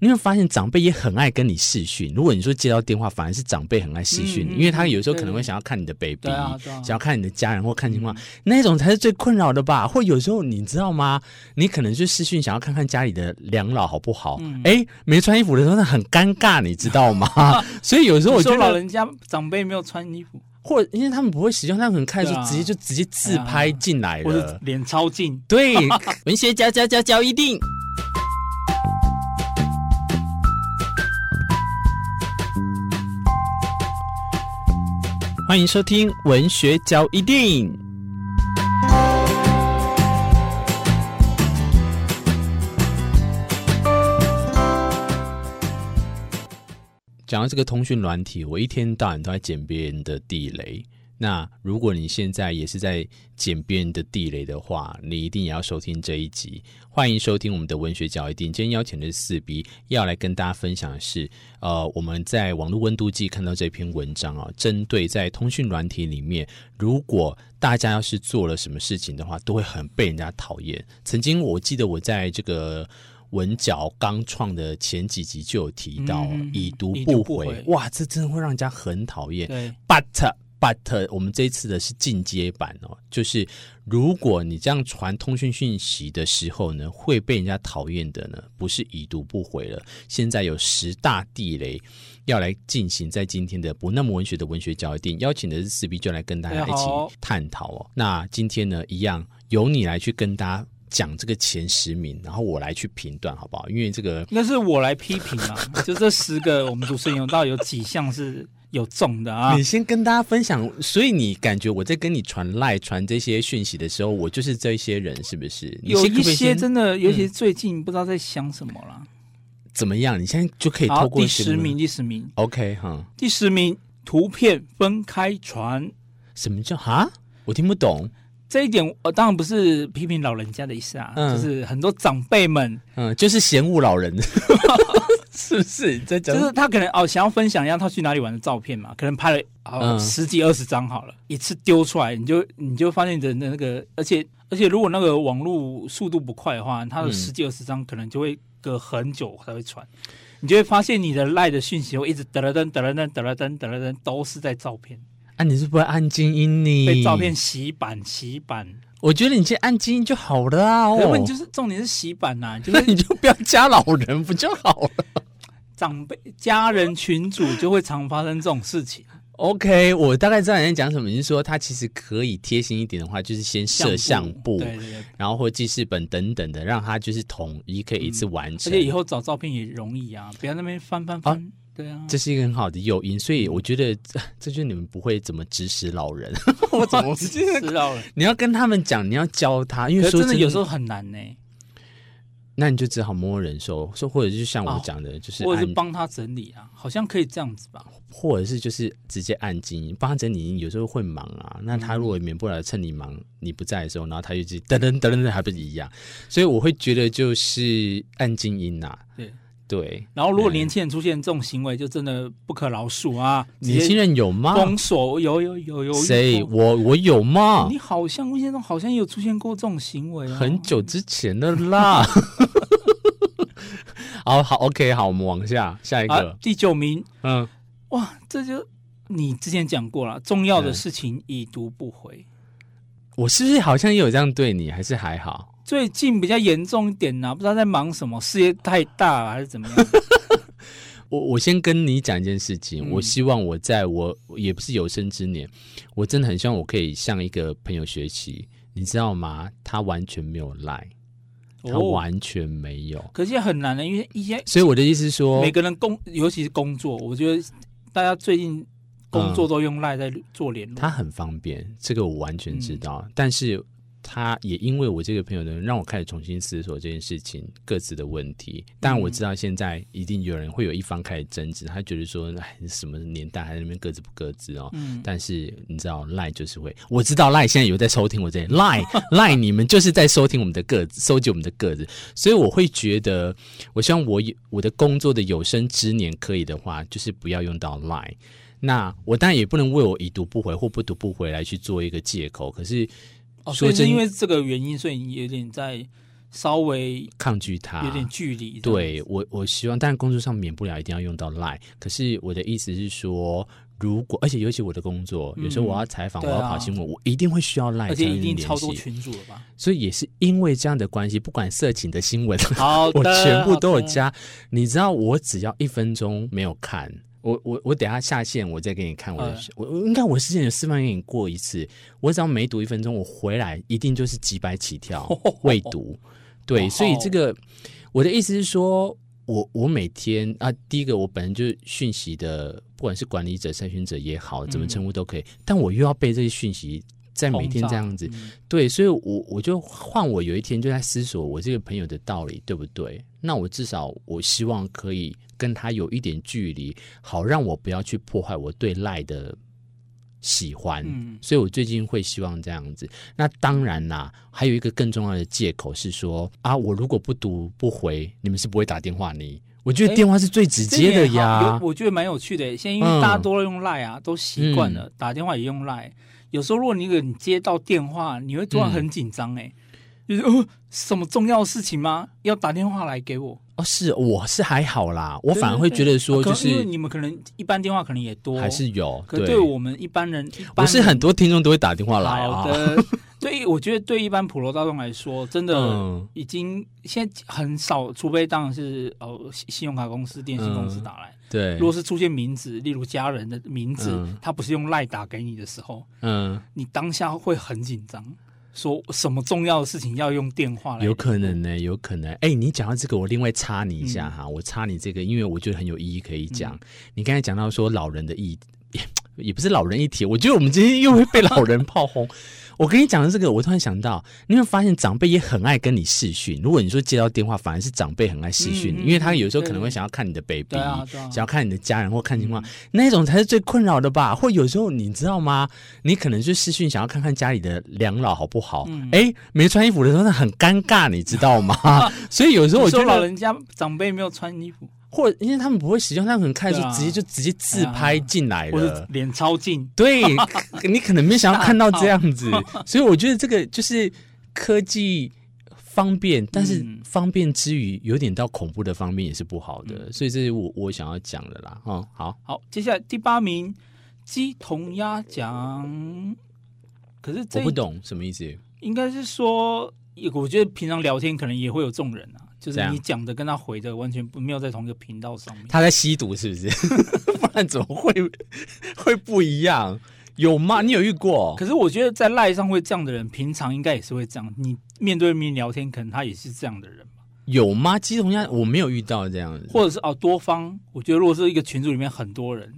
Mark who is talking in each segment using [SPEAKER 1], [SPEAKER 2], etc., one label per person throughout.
[SPEAKER 1] 你会发现长辈也很爱跟你视讯。如果你说接到电话，反而是长辈很爱视讯，
[SPEAKER 2] 嗯嗯
[SPEAKER 1] 因为他有时候
[SPEAKER 2] 对
[SPEAKER 1] 可能会想要看你的 baby，、
[SPEAKER 2] 对啊对啊
[SPEAKER 1] 想要看你的家人或看情况，那种才是最困扰的吧？或有时候你知道吗？你可能就视讯想要看看家里的两老好不好？
[SPEAKER 2] 嗯
[SPEAKER 1] 哎、没穿衣服的时候那很尴尬，你知道 吗？所以有时候我觉
[SPEAKER 2] 说
[SPEAKER 1] 得
[SPEAKER 2] 老人家长辈没有穿衣服，
[SPEAKER 1] 或因为他们不会使用，他们可能看的时候
[SPEAKER 2] 对啊
[SPEAKER 1] 直接就直接自拍进来
[SPEAKER 2] 或
[SPEAKER 1] 了。
[SPEAKER 2] 者脸超近，
[SPEAKER 1] 对，文学家家家教一定。欢迎收听《文学交一定》。讲到这个通讯软体，我一天到晚都在捡别人的地雷。那如果你现在也是在捡别人的地雷的话，你一定也要收听这一集。欢迎收听我们的文学角一定。今天邀请的是四 B，要来跟大家分享的是，呃，我们在网络温度计看到这篇文章啊、针对在通讯软体里面，如果大家要是做了什么事情的话，都会很被人家讨厌。曾经我记得我在这个。文角刚创的前几集就有提到
[SPEAKER 2] 嗯嗯嗯
[SPEAKER 1] 已读
[SPEAKER 2] 已
[SPEAKER 1] 不
[SPEAKER 2] 读不
[SPEAKER 1] 回
[SPEAKER 2] 回，
[SPEAKER 1] 哇，这真的会让人家很讨厌。
[SPEAKER 2] 对，
[SPEAKER 1] But but 我们这一次的是进阶版哦，就是如果你这样传通讯讯息的时候呢，会被人家讨厌的呢，不是已读不回了。现在有十大地雷要来进行在今天的不那么文学的文学角一定邀请的是四 B 就来跟大家
[SPEAKER 2] 大
[SPEAKER 1] 一
[SPEAKER 2] 家
[SPEAKER 1] 起
[SPEAKER 2] 好
[SPEAKER 1] 探讨哦。那今天呢，一样由你来去跟大家。讲这个前十名，然后我来去评断，好不好？因为这个
[SPEAKER 2] 那是我来批评啊， 就这十个我们主持人有到底有几项是有中的啊
[SPEAKER 1] 你？先跟大家分享，所以你感觉我在跟你传赖传这些讯息的时候，我就是这些人，是不是？你
[SPEAKER 2] 有
[SPEAKER 1] 先可
[SPEAKER 2] 一
[SPEAKER 1] 不可以
[SPEAKER 2] 些
[SPEAKER 1] 先嗯
[SPEAKER 2] 真的，尤其是最近不知道在想什么啦。
[SPEAKER 1] 怎么样？你现在就可以
[SPEAKER 2] 好，
[SPEAKER 1] 透过
[SPEAKER 2] 第
[SPEAKER 1] 什么
[SPEAKER 2] 十名，第十名，
[SPEAKER 1] ，OK 哈？
[SPEAKER 2] 第十名，图片分开传。
[SPEAKER 1] 什么叫哈？我听不懂。
[SPEAKER 2] 这一点，我当然不是批评老人家的意思啊，
[SPEAKER 1] 嗯
[SPEAKER 2] 就是很多长辈们，
[SPEAKER 1] 嗯，就是嫌恶老 人，是不是？你在
[SPEAKER 2] 就
[SPEAKER 1] 讲
[SPEAKER 2] 是他可能哦想要分享一下他去哪里玩的照片嘛，可能拍了哦
[SPEAKER 1] 嗯
[SPEAKER 2] 十几二十张好了，一次丢出来，你就你就发现人的那个，而且而且如果那个网络速度不快的话，他的
[SPEAKER 1] 嗯
[SPEAKER 2] 十几二十张可能就会隔很久才会传，你就会发现你的赖的讯息会一直得了噔得了噔得了噔得了噔，都是在照片
[SPEAKER 1] 啊？你是不是按静音你？
[SPEAKER 2] 被照片，洗版洗版，
[SPEAKER 1] 我觉得你先按静音就好了啊。哦
[SPEAKER 2] 可是问题就是重点是洗版呐、就
[SPEAKER 1] 那
[SPEAKER 2] 是
[SPEAKER 1] 你就不要加老人不就好了
[SPEAKER 2] 长辈家人群主就会常发生这种 事情。
[SPEAKER 1] ？OK，我大概知道你在讲什么。你是说他其实可以贴心一点的话，就是先设相簿，
[SPEAKER 2] 对对对，
[SPEAKER 1] 然后或记事本等等的，让他就是统一可以一次完
[SPEAKER 2] 嗯而
[SPEAKER 1] 成。
[SPEAKER 2] 且以后找照片也容易啊，不要那边翻翻翻。对啊，
[SPEAKER 1] 这是一个很好的诱因，所以我觉得 这就是你们不会怎么指使老 人，我怎 么
[SPEAKER 2] 知道了？
[SPEAKER 1] 你要跟他们讲，你要教他，因为
[SPEAKER 2] 可是
[SPEAKER 1] 说
[SPEAKER 2] 真的有时
[SPEAKER 1] 候，
[SPEAKER 2] 候很难呢、
[SPEAKER 1] 那你就只好默默忍受，说或者就像我讲的，就是
[SPEAKER 2] 或者
[SPEAKER 1] 按
[SPEAKER 2] 是帮他整理啊，好像可以这样子吧？
[SPEAKER 1] 或者是就是直接按静音，帮他整理，有时候会忙啊。那他如果免不了趁你忙你不在的时候，然后他就直噔噔噔噔，还不是一样？所以我会觉得就是按静音呐、
[SPEAKER 2] 对。
[SPEAKER 1] 对，
[SPEAKER 2] 然后如果年轻人出现这种行为，就真的不可饶恕啊！
[SPEAKER 1] 嗯年轻人有吗？
[SPEAKER 2] 封锁，有有有有有
[SPEAKER 1] 谁？我我有吗？
[SPEAKER 2] 你好像温先生好像有出现过这种行为、啊哦，
[SPEAKER 1] 很久之前的啦。 好好，OK，好，我们往下下一
[SPEAKER 2] 啊
[SPEAKER 1] 个。。
[SPEAKER 2] 第九名，
[SPEAKER 1] 嗯，
[SPEAKER 2] 哇，这就你之前讲过了，重要的
[SPEAKER 1] 嗯
[SPEAKER 2] 事情已读不回。
[SPEAKER 1] 我是不是好像也有这样对你？还是还好？
[SPEAKER 2] 最近比较严重一点啊呐、不知道在忙什么，事业太大啊了还是怎么 样？
[SPEAKER 1] 我我先跟你讲一件事情，
[SPEAKER 2] 嗯
[SPEAKER 1] 我希望我在我也不是有生之年，我真的很希望我可以向一个朋友学习，你知道吗？他完全没有赖，他
[SPEAKER 2] 哦，
[SPEAKER 1] 完全没有。
[SPEAKER 2] 可是现在很难的，因为一些
[SPEAKER 1] 所以我的意思是说
[SPEAKER 2] 每，个人工，尤其是工作，我觉得大家最近工作都用赖在做联络。嗯
[SPEAKER 1] 他很方便，这个我完全知道。但是他也因为我这个朋友呢，让我开始重新思索这件事情各自的问题。
[SPEAKER 2] 嗯
[SPEAKER 1] 但我知道现在一定有人会有一方开始争执，他觉得说，哎，什么年代还在那边各自不各自哦。
[SPEAKER 2] 嗯，
[SPEAKER 1] 但是你知道赖就是会，我知道赖现在有在收听我这里， 赖赖你们就是在收听我们的个子，收集我们的个子，所以我会觉得，我希望我有我的工作的有生之年可以的话，就是不要用到赖。那我当然也不能为我已读不回或不读不回来去做一个借口，可是
[SPEAKER 2] 哦，
[SPEAKER 1] 说
[SPEAKER 2] 所以是
[SPEAKER 1] 真
[SPEAKER 2] 因为这个原因，所以你有点在稍微
[SPEAKER 1] 抗拒它，
[SPEAKER 2] 有点距离。
[SPEAKER 1] 对我，我希望，当然工作上免不了一定要用到 Line。可是我的意思是说，如果而且尤其我的工作，有时候我要采访，
[SPEAKER 2] 对
[SPEAKER 1] 我
[SPEAKER 2] 啊
[SPEAKER 1] 要跑新闻，我一定会需要 Line，
[SPEAKER 2] 而且
[SPEAKER 1] 才能
[SPEAKER 2] 一定
[SPEAKER 1] 联
[SPEAKER 2] 超多
[SPEAKER 1] 系
[SPEAKER 2] 群主了 吧？
[SPEAKER 1] 所以也是因为这样的关系，不管色情的新闻，
[SPEAKER 2] 好 的，
[SPEAKER 1] 我全部都有
[SPEAKER 2] 好的。
[SPEAKER 1] 加。你知道，我只要一分钟没有看，我我我等一下下线，我再给你看我的
[SPEAKER 2] 嗯。
[SPEAKER 1] 我我应该我之前有示范给你过一次，我只要每读一分钟，我回来一定就是几百起 跳未读。对，
[SPEAKER 2] 哇
[SPEAKER 1] 所以这个我的意思是说。我我每天啊，第一个我本来就是讯息的，不管是管理者、筛选者也好，怎么
[SPEAKER 2] 嗯
[SPEAKER 1] 称呼都可以，但我又要被这些讯息在每天这样子，
[SPEAKER 2] 嗯
[SPEAKER 1] 对，所以我，我就换我有一天就在思索我这个朋友的道理对不对？那我至少我希望可以跟他有一点距离，好让我不要去破坏我对赖的喜欢。
[SPEAKER 2] 嗯
[SPEAKER 1] 所以我最近会希望这样子。那当然啦，还有一个更重要的借口是说啊，我如果不读不回，你们是不会打电话你。我觉得
[SPEAKER 2] 诶
[SPEAKER 1] 电话是最直接的
[SPEAKER 2] 哎这点
[SPEAKER 1] 呀
[SPEAKER 2] 好有。我觉得蛮有趣的耶。现在因
[SPEAKER 1] 嗯
[SPEAKER 2] 为大家都用赖啊，都习惯了，打电话也用赖。有时候如果你你接到电话，你会突
[SPEAKER 1] 嗯
[SPEAKER 2] 然很紧张，哎、就是哦，什么重要的事情吗？要打电话来给我。
[SPEAKER 1] 哦，是，我是还好啦，我
[SPEAKER 2] 对
[SPEAKER 1] 反而会
[SPEAKER 2] 对啊
[SPEAKER 1] 觉得说，
[SPEAKER 2] 可
[SPEAKER 1] 就
[SPEAKER 2] 因为
[SPEAKER 1] 是
[SPEAKER 2] 你们可能一般电话可能也多，
[SPEAKER 1] 还是有，
[SPEAKER 2] 可对我们一般人，一
[SPEAKER 1] 我
[SPEAKER 2] 般
[SPEAKER 1] 是
[SPEAKER 2] 人
[SPEAKER 1] 很多听众都会打电话来
[SPEAKER 2] 好
[SPEAKER 1] 啊。
[SPEAKER 2] 的。对于我觉得对一般普罗大众来说，真的
[SPEAKER 1] 嗯，
[SPEAKER 2] 已经现在很少，除非当然是哦信信用卡公司、电信公
[SPEAKER 1] 嗯
[SPEAKER 2] 司打来。
[SPEAKER 1] 对
[SPEAKER 2] 如，果是出现名字，例如家人的名字，
[SPEAKER 1] 嗯
[SPEAKER 2] 他不是用赖打给你的时候，
[SPEAKER 1] 嗯，
[SPEAKER 2] 你当下会很紧张，说什么重要的事情要用电话来？嗯
[SPEAKER 1] 有可能呢、有可能。哎、你讲到这个，我另外插你一下哈，我插你这个，因为我觉得很有意义可以讲。你刚才讲到说老人的议， 也不是老人议题，我觉得我们今天又会被老人炮轰。 我跟你讲的这个，我突然想到，你会发现长辈也很爱跟你视讯。如果你说接到电话，反而是长辈很爱视讯，
[SPEAKER 2] 嗯嗯
[SPEAKER 1] 因为他有时候可能
[SPEAKER 2] 对
[SPEAKER 1] 会想要看你的 baby，、
[SPEAKER 2] 对啊，对啊，
[SPEAKER 1] 想要看你的家人或看情况，那种才是最困扰的吧？或有时候你知道吗？你可能就私讯想要看看家里的两老好不好？
[SPEAKER 2] 嗯
[SPEAKER 1] 哎、没穿衣服的时候那很尴尬，你知道吗？ 所以有时候我
[SPEAKER 2] 你
[SPEAKER 1] 觉
[SPEAKER 2] 说老
[SPEAKER 1] 得，
[SPEAKER 2] 人家长辈没有穿衣服，
[SPEAKER 1] 或因为他们不会使用，他们很看就
[SPEAKER 2] 对啊
[SPEAKER 1] 直接就直接自拍进来
[SPEAKER 2] 或
[SPEAKER 1] 了。
[SPEAKER 2] 者脸超近，
[SPEAKER 1] 对 你可能没想要看到这样子，所以我觉得这个就是科技方便，但是
[SPEAKER 2] 嗯
[SPEAKER 1] 方便之余有点到恐怖的方面也是不好的，所以这是我我想要讲的啦。哦，好，
[SPEAKER 2] 好，接下来第八名鸡同鸭讲，可是
[SPEAKER 1] 我
[SPEAKER 2] 这
[SPEAKER 1] 不懂什么意思。
[SPEAKER 2] 应该是说，也我觉得平常聊天可能也会有这种人啊，就
[SPEAKER 1] 这
[SPEAKER 2] 是
[SPEAKER 1] 样
[SPEAKER 2] 你讲的跟他回的完全不没有在同一个频道上面。
[SPEAKER 1] 他在吸毒是不是？ 不然怎么会会不一样？有吗？你有遇过？
[SPEAKER 2] 可是我觉得在赖上会这样的人，平常应该也是会这样。你面对面聊天，可能他也是这样的人吧，
[SPEAKER 1] 有吗？鸡同鸭我没有遇到这样子，
[SPEAKER 2] 或者是哦多方。我觉得如果是一个群组里面很多人，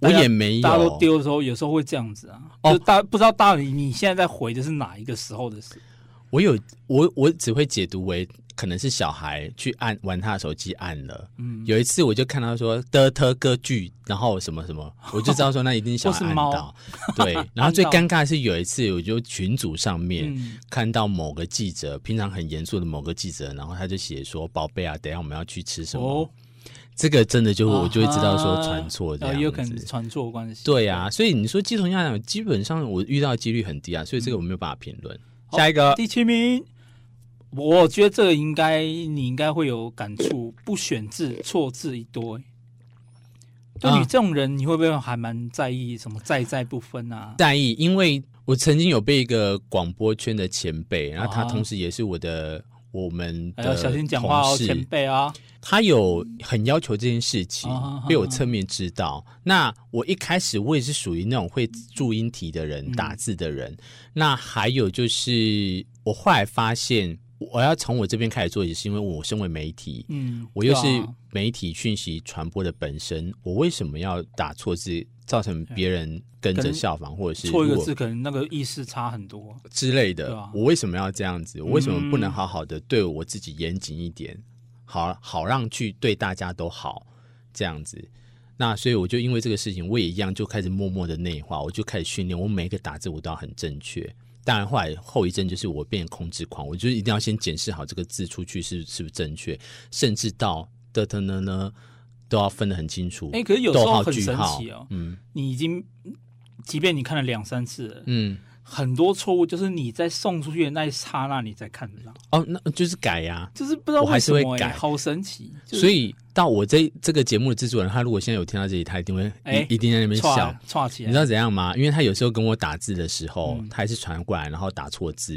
[SPEAKER 1] 我也没有。
[SPEAKER 2] 大家都丢的时候，有时候会这样子啊。
[SPEAKER 1] 哦
[SPEAKER 2] 就大不知道大你你现在在回的是哪一个时候的事？
[SPEAKER 1] 我有我我只会解读为可能是小孩去按玩他的手机按了。
[SPEAKER 2] 嗯，
[SPEAKER 1] 有一次我就看到说的特歌剧，然后什么什么，我就知道说那一定是小 孩
[SPEAKER 2] 或是
[SPEAKER 1] 按
[SPEAKER 2] 猫
[SPEAKER 1] 到。对，然后最尴尬的是有一次我就群组上面。
[SPEAKER 2] 嗯
[SPEAKER 1] 看到某个记者，平常很严肃的某个记者，然后他就写说：“宝贝啊，等一下我们要去吃什么？”
[SPEAKER 2] 哦，
[SPEAKER 1] 这个真的就
[SPEAKER 2] 啊哈
[SPEAKER 1] 我就会知道说传错这
[SPEAKER 2] 然后也有可
[SPEAKER 1] 样
[SPEAKER 2] 能是
[SPEAKER 1] 子。
[SPEAKER 2] 传错关系。
[SPEAKER 1] 对啊，所以你说鸡同鸭讲，基本上我遇到的几率很低啊，所以这个我没有办法评论。
[SPEAKER 2] 好
[SPEAKER 1] 下一个，
[SPEAKER 2] 第七名，我觉得这个应该你应该会有感触，不选字错字一多、欸。就
[SPEAKER 1] 啊
[SPEAKER 2] 你这种人，你会不会还蛮在意什么在在不分啊？
[SPEAKER 1] 在意，因为我曾经有被一个广播圈的前辈，然后他
[SPEAKER 2] 啊
[SPEAKER 1] 同时也是我的我们
[SPEAKER 2] 还要
[SPEAKER 1] 的
[SPEAKER 2] 小心讲
[SPEAKER 1] 呃
[SPEAKER 2] 话
[SPEAKER 1] 同
[SPEAKER 2] 哦，
[SPEAKER 1] 事
[SPEAKER 2] 前辈啊！
[SPEAKER 1] 他有很要求这件事情
[SPEAKER 2] 啊，
[SPEAKER 1] 被我侧面知道。那我一开始我也是属于那种会注音体的人，
[SPEAKER 2] 嗯
[SPEAKER 1] 打字的人。那还有就是，我后来发现，我要从我这边开始做，也是因为我身为媒体，
[SPEAKER 2] 嗯，
[SPEAKER 1] 我又
[SPEAKER 2] 对
[SPEAKER 1] 是
[SPEAKER 2] 啊
[SPEAKER 1] 媒体讯息传播的本身，我为什么要打错字，造成别人跟
[SPEAKER 2] 可
[SPEAKER 1] 着
[SPEAKER 2] 能
[SPEAKER 1] 效仿，或者是
[SPEAKER 2] 错一个
[SPEAKER 1] 如果
[SPEAKER 2] 字，可能那个意思差很多。
[SPEAKER 1] 之类的、
[SPEAKER 2] 对啊嗯
[SPEAKER 1] 我为什么要这样子？我为什么不能好好的对我自己严谨一点，好好让去对大家都好这样子？那所以我就因为这个事情，我也一样就开始默默的内化，我就开始训练，我每一个打字我都要很正确。当然，后来后遗症就是我变控制狂，我就是一定要先检视好这个字出去是是不是正确，甚至到的的呢呢都要分得很清楚。
[SPEAKER 2] 哎、可是有时
[SPEAKER 1] 逗
[SPEAKER 2] 候
[SPEAKER 1] 号
[SPEAKER 2] 很
[SPEAKER 1] 句
[SPEAKER 2] 神
[SPEAKER 1] 号
[SPEAKER 2] 奇哦，
[SPEAKER 1] 嗯
[SPEAKER 2] 你已经，即便你看了两三次了，
[SPEAKER 1] 嗯，
[SPEAKER 2] 很多错误就是你在送出去的那一刹那你才看得到，
[SPEAKER 1] 哦，那就是改呀、
[SPEAKER 2] 就是不知道
[SPEAKER 1] 我还
[SPEAKER 2] 为
[SPEAKER 1] 是
[SPEAKER 2] 什
[SPEAKER 1] 会
[SPEAKER 2] 么、欸，
[SPEAKER 1] 改
[SPEAKER 2] 好神奇。就是
[SPEAKER 1] 所以到我这这个节目的制作人，他如果现在有听到这里，他一定会、
[SPEAKER 2] 哎
[SPEAKER 1] 一一定在那边笑
[SPEAKER 2] 串。串起
[SPEAKER 1] 你
[SPEAKER 2] 来
[SPEAKER 1] 知，道怎样吗？因为他有时候跟我打字的时候，
[SPEAKER 2] 嗯
[SPEAKER 1] 他还是传过来，然后打错字，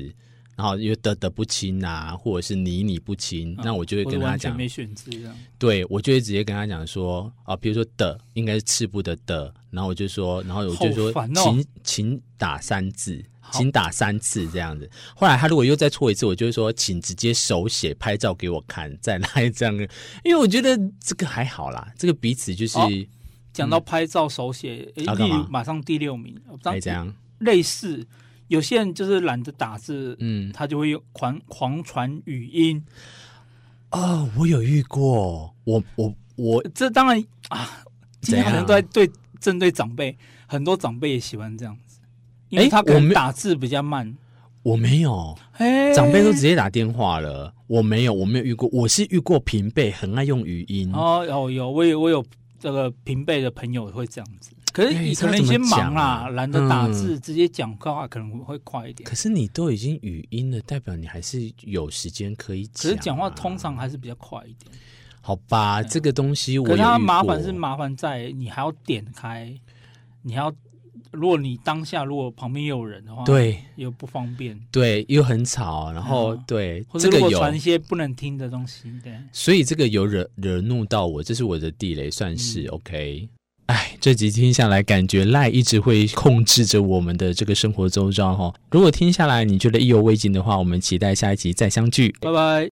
[SPEAKER 1] 然后又得得不清啊，或者是你你不清，那我就会
[SPEAKER 2] 嗯我
[SPEAKER 1] 跟他
[SPEAKER 2] 完全
[SPEAKER 1] 讲，嗯
[SPEAKER 2] 没选字这样。
[SPEAKER 1] 对我就会直接跟他讲说，啊，比如说的应该是吃不得的，然后我就说，然后我就说，
[SPEAKER 2] 好烦哦
[SPEAKER 1] 请请打三字，
[SPEAKER 2] 好
[SPEAKER 1] 请打三次这样子。后来他如果又再错一次，我就会说，请直接手写拍照给我看，再来这样。因为我觉得这个还好啦，这个彼此就是
[SPEAKER 2] 哦讲到拍照手写，诶
[SPEAKER 1] 啊干
[SPEAKER 2] 例
[SPEAKER 1] 嘛
[SPEAKER 2] 如马上第六名，我不知道
[SPEAKER 1] 还哎这样，
[SPEAKER 2] 类似，有些人就是懒得打字，
[SPEAKER 1] 嗯，
[SPEAKER 2] 他就会用狂狂传语音。
[SPEAKER 1] 哦，我有遇过，我我我
[SPEAKER 2] 这当然啊，今天好
[SPEAKER 1] 怎样
[SPEAKER 2] 像都在对针对长辈，很多长辈也喜欢这样子，因为
[SPEAKER 1] 诶
[SPEAKER 2] 他可
[SPEAKER 1] 我
[SPEAKER 2] 能
[SPEAKER 1] 没
[SPEAKER 2] 打字比较慢。
[SPEAKER 1] 我没有，
[SPEAKER 2] 哎、
[SPEAKER 1] 长辈都直接打电话了，我没有，我没有遇过，我是遇过平辈很爱用语音。
[SPEAKER 2] 哦，有有，我有我有这个平辈的朋友会这样子，可是
[SPEAKER 1] 哎
[SPEAKER 2] 你
[SPEAKER 1] 这
[SPEAKER 2] 可能
[SPEAKER 1] 要怎
[SPEAKER 2] 先
[SPEAKER 1] 么
[SPEAKER 2] 忙
[SPEAKER 1] 讲啊
[SPEAKER 2] 啦，懒得打
[SPEAKER 1] 嗯
[SPEAKER 2] 字，直接讲话可能会快一点。
[SPEAKER 1] 可是你都已经语音了，代表你还是有时间可以讲、啊
[SPEAKER 2] 可是讲话通常还是比较快一点，
[SPEAKER 1] 好吧，这个东西我
[SPEAKER 2] 可是它
[SPEAKER 1] 有遇
[SPEAKER 2] 麻
[SPEAKER 1] 过
[SPEAKER 2] 烦是麻烦在你还要点开，你还要，如果你当下如果旁边有人的话，，
[SPEAKER 1] 对
[SPEAKER 2] 又不方便，
[SPEAKER 1] 对，又很吵，然后、
[SPEAKER 2] 嗯
[SPEAKER 1] 对
[SPEAKER 2] 或
[SPEAKER 1] 这
[SPEAKER 2] 者如
[SPEAKER 1] 个
[SPEAKER 2] 果
[SPEAKER 1] 有，
[SPEAKER 2] 传一些不能听的东西，对，
[SPEAKER 1] 所以这个有惹惹怒到我，这是我的地雷，算
[SPEAKER 2] 嗯
[SPEAKER 1] 是、OK。哎，这集听下来，感觉赖一直会控制着我们的这个生活周遭哈、哦。如果听下来你觉得意犹未尽的话，我们期待下一集再相聚。
[SPEAKER 2] 拜拜。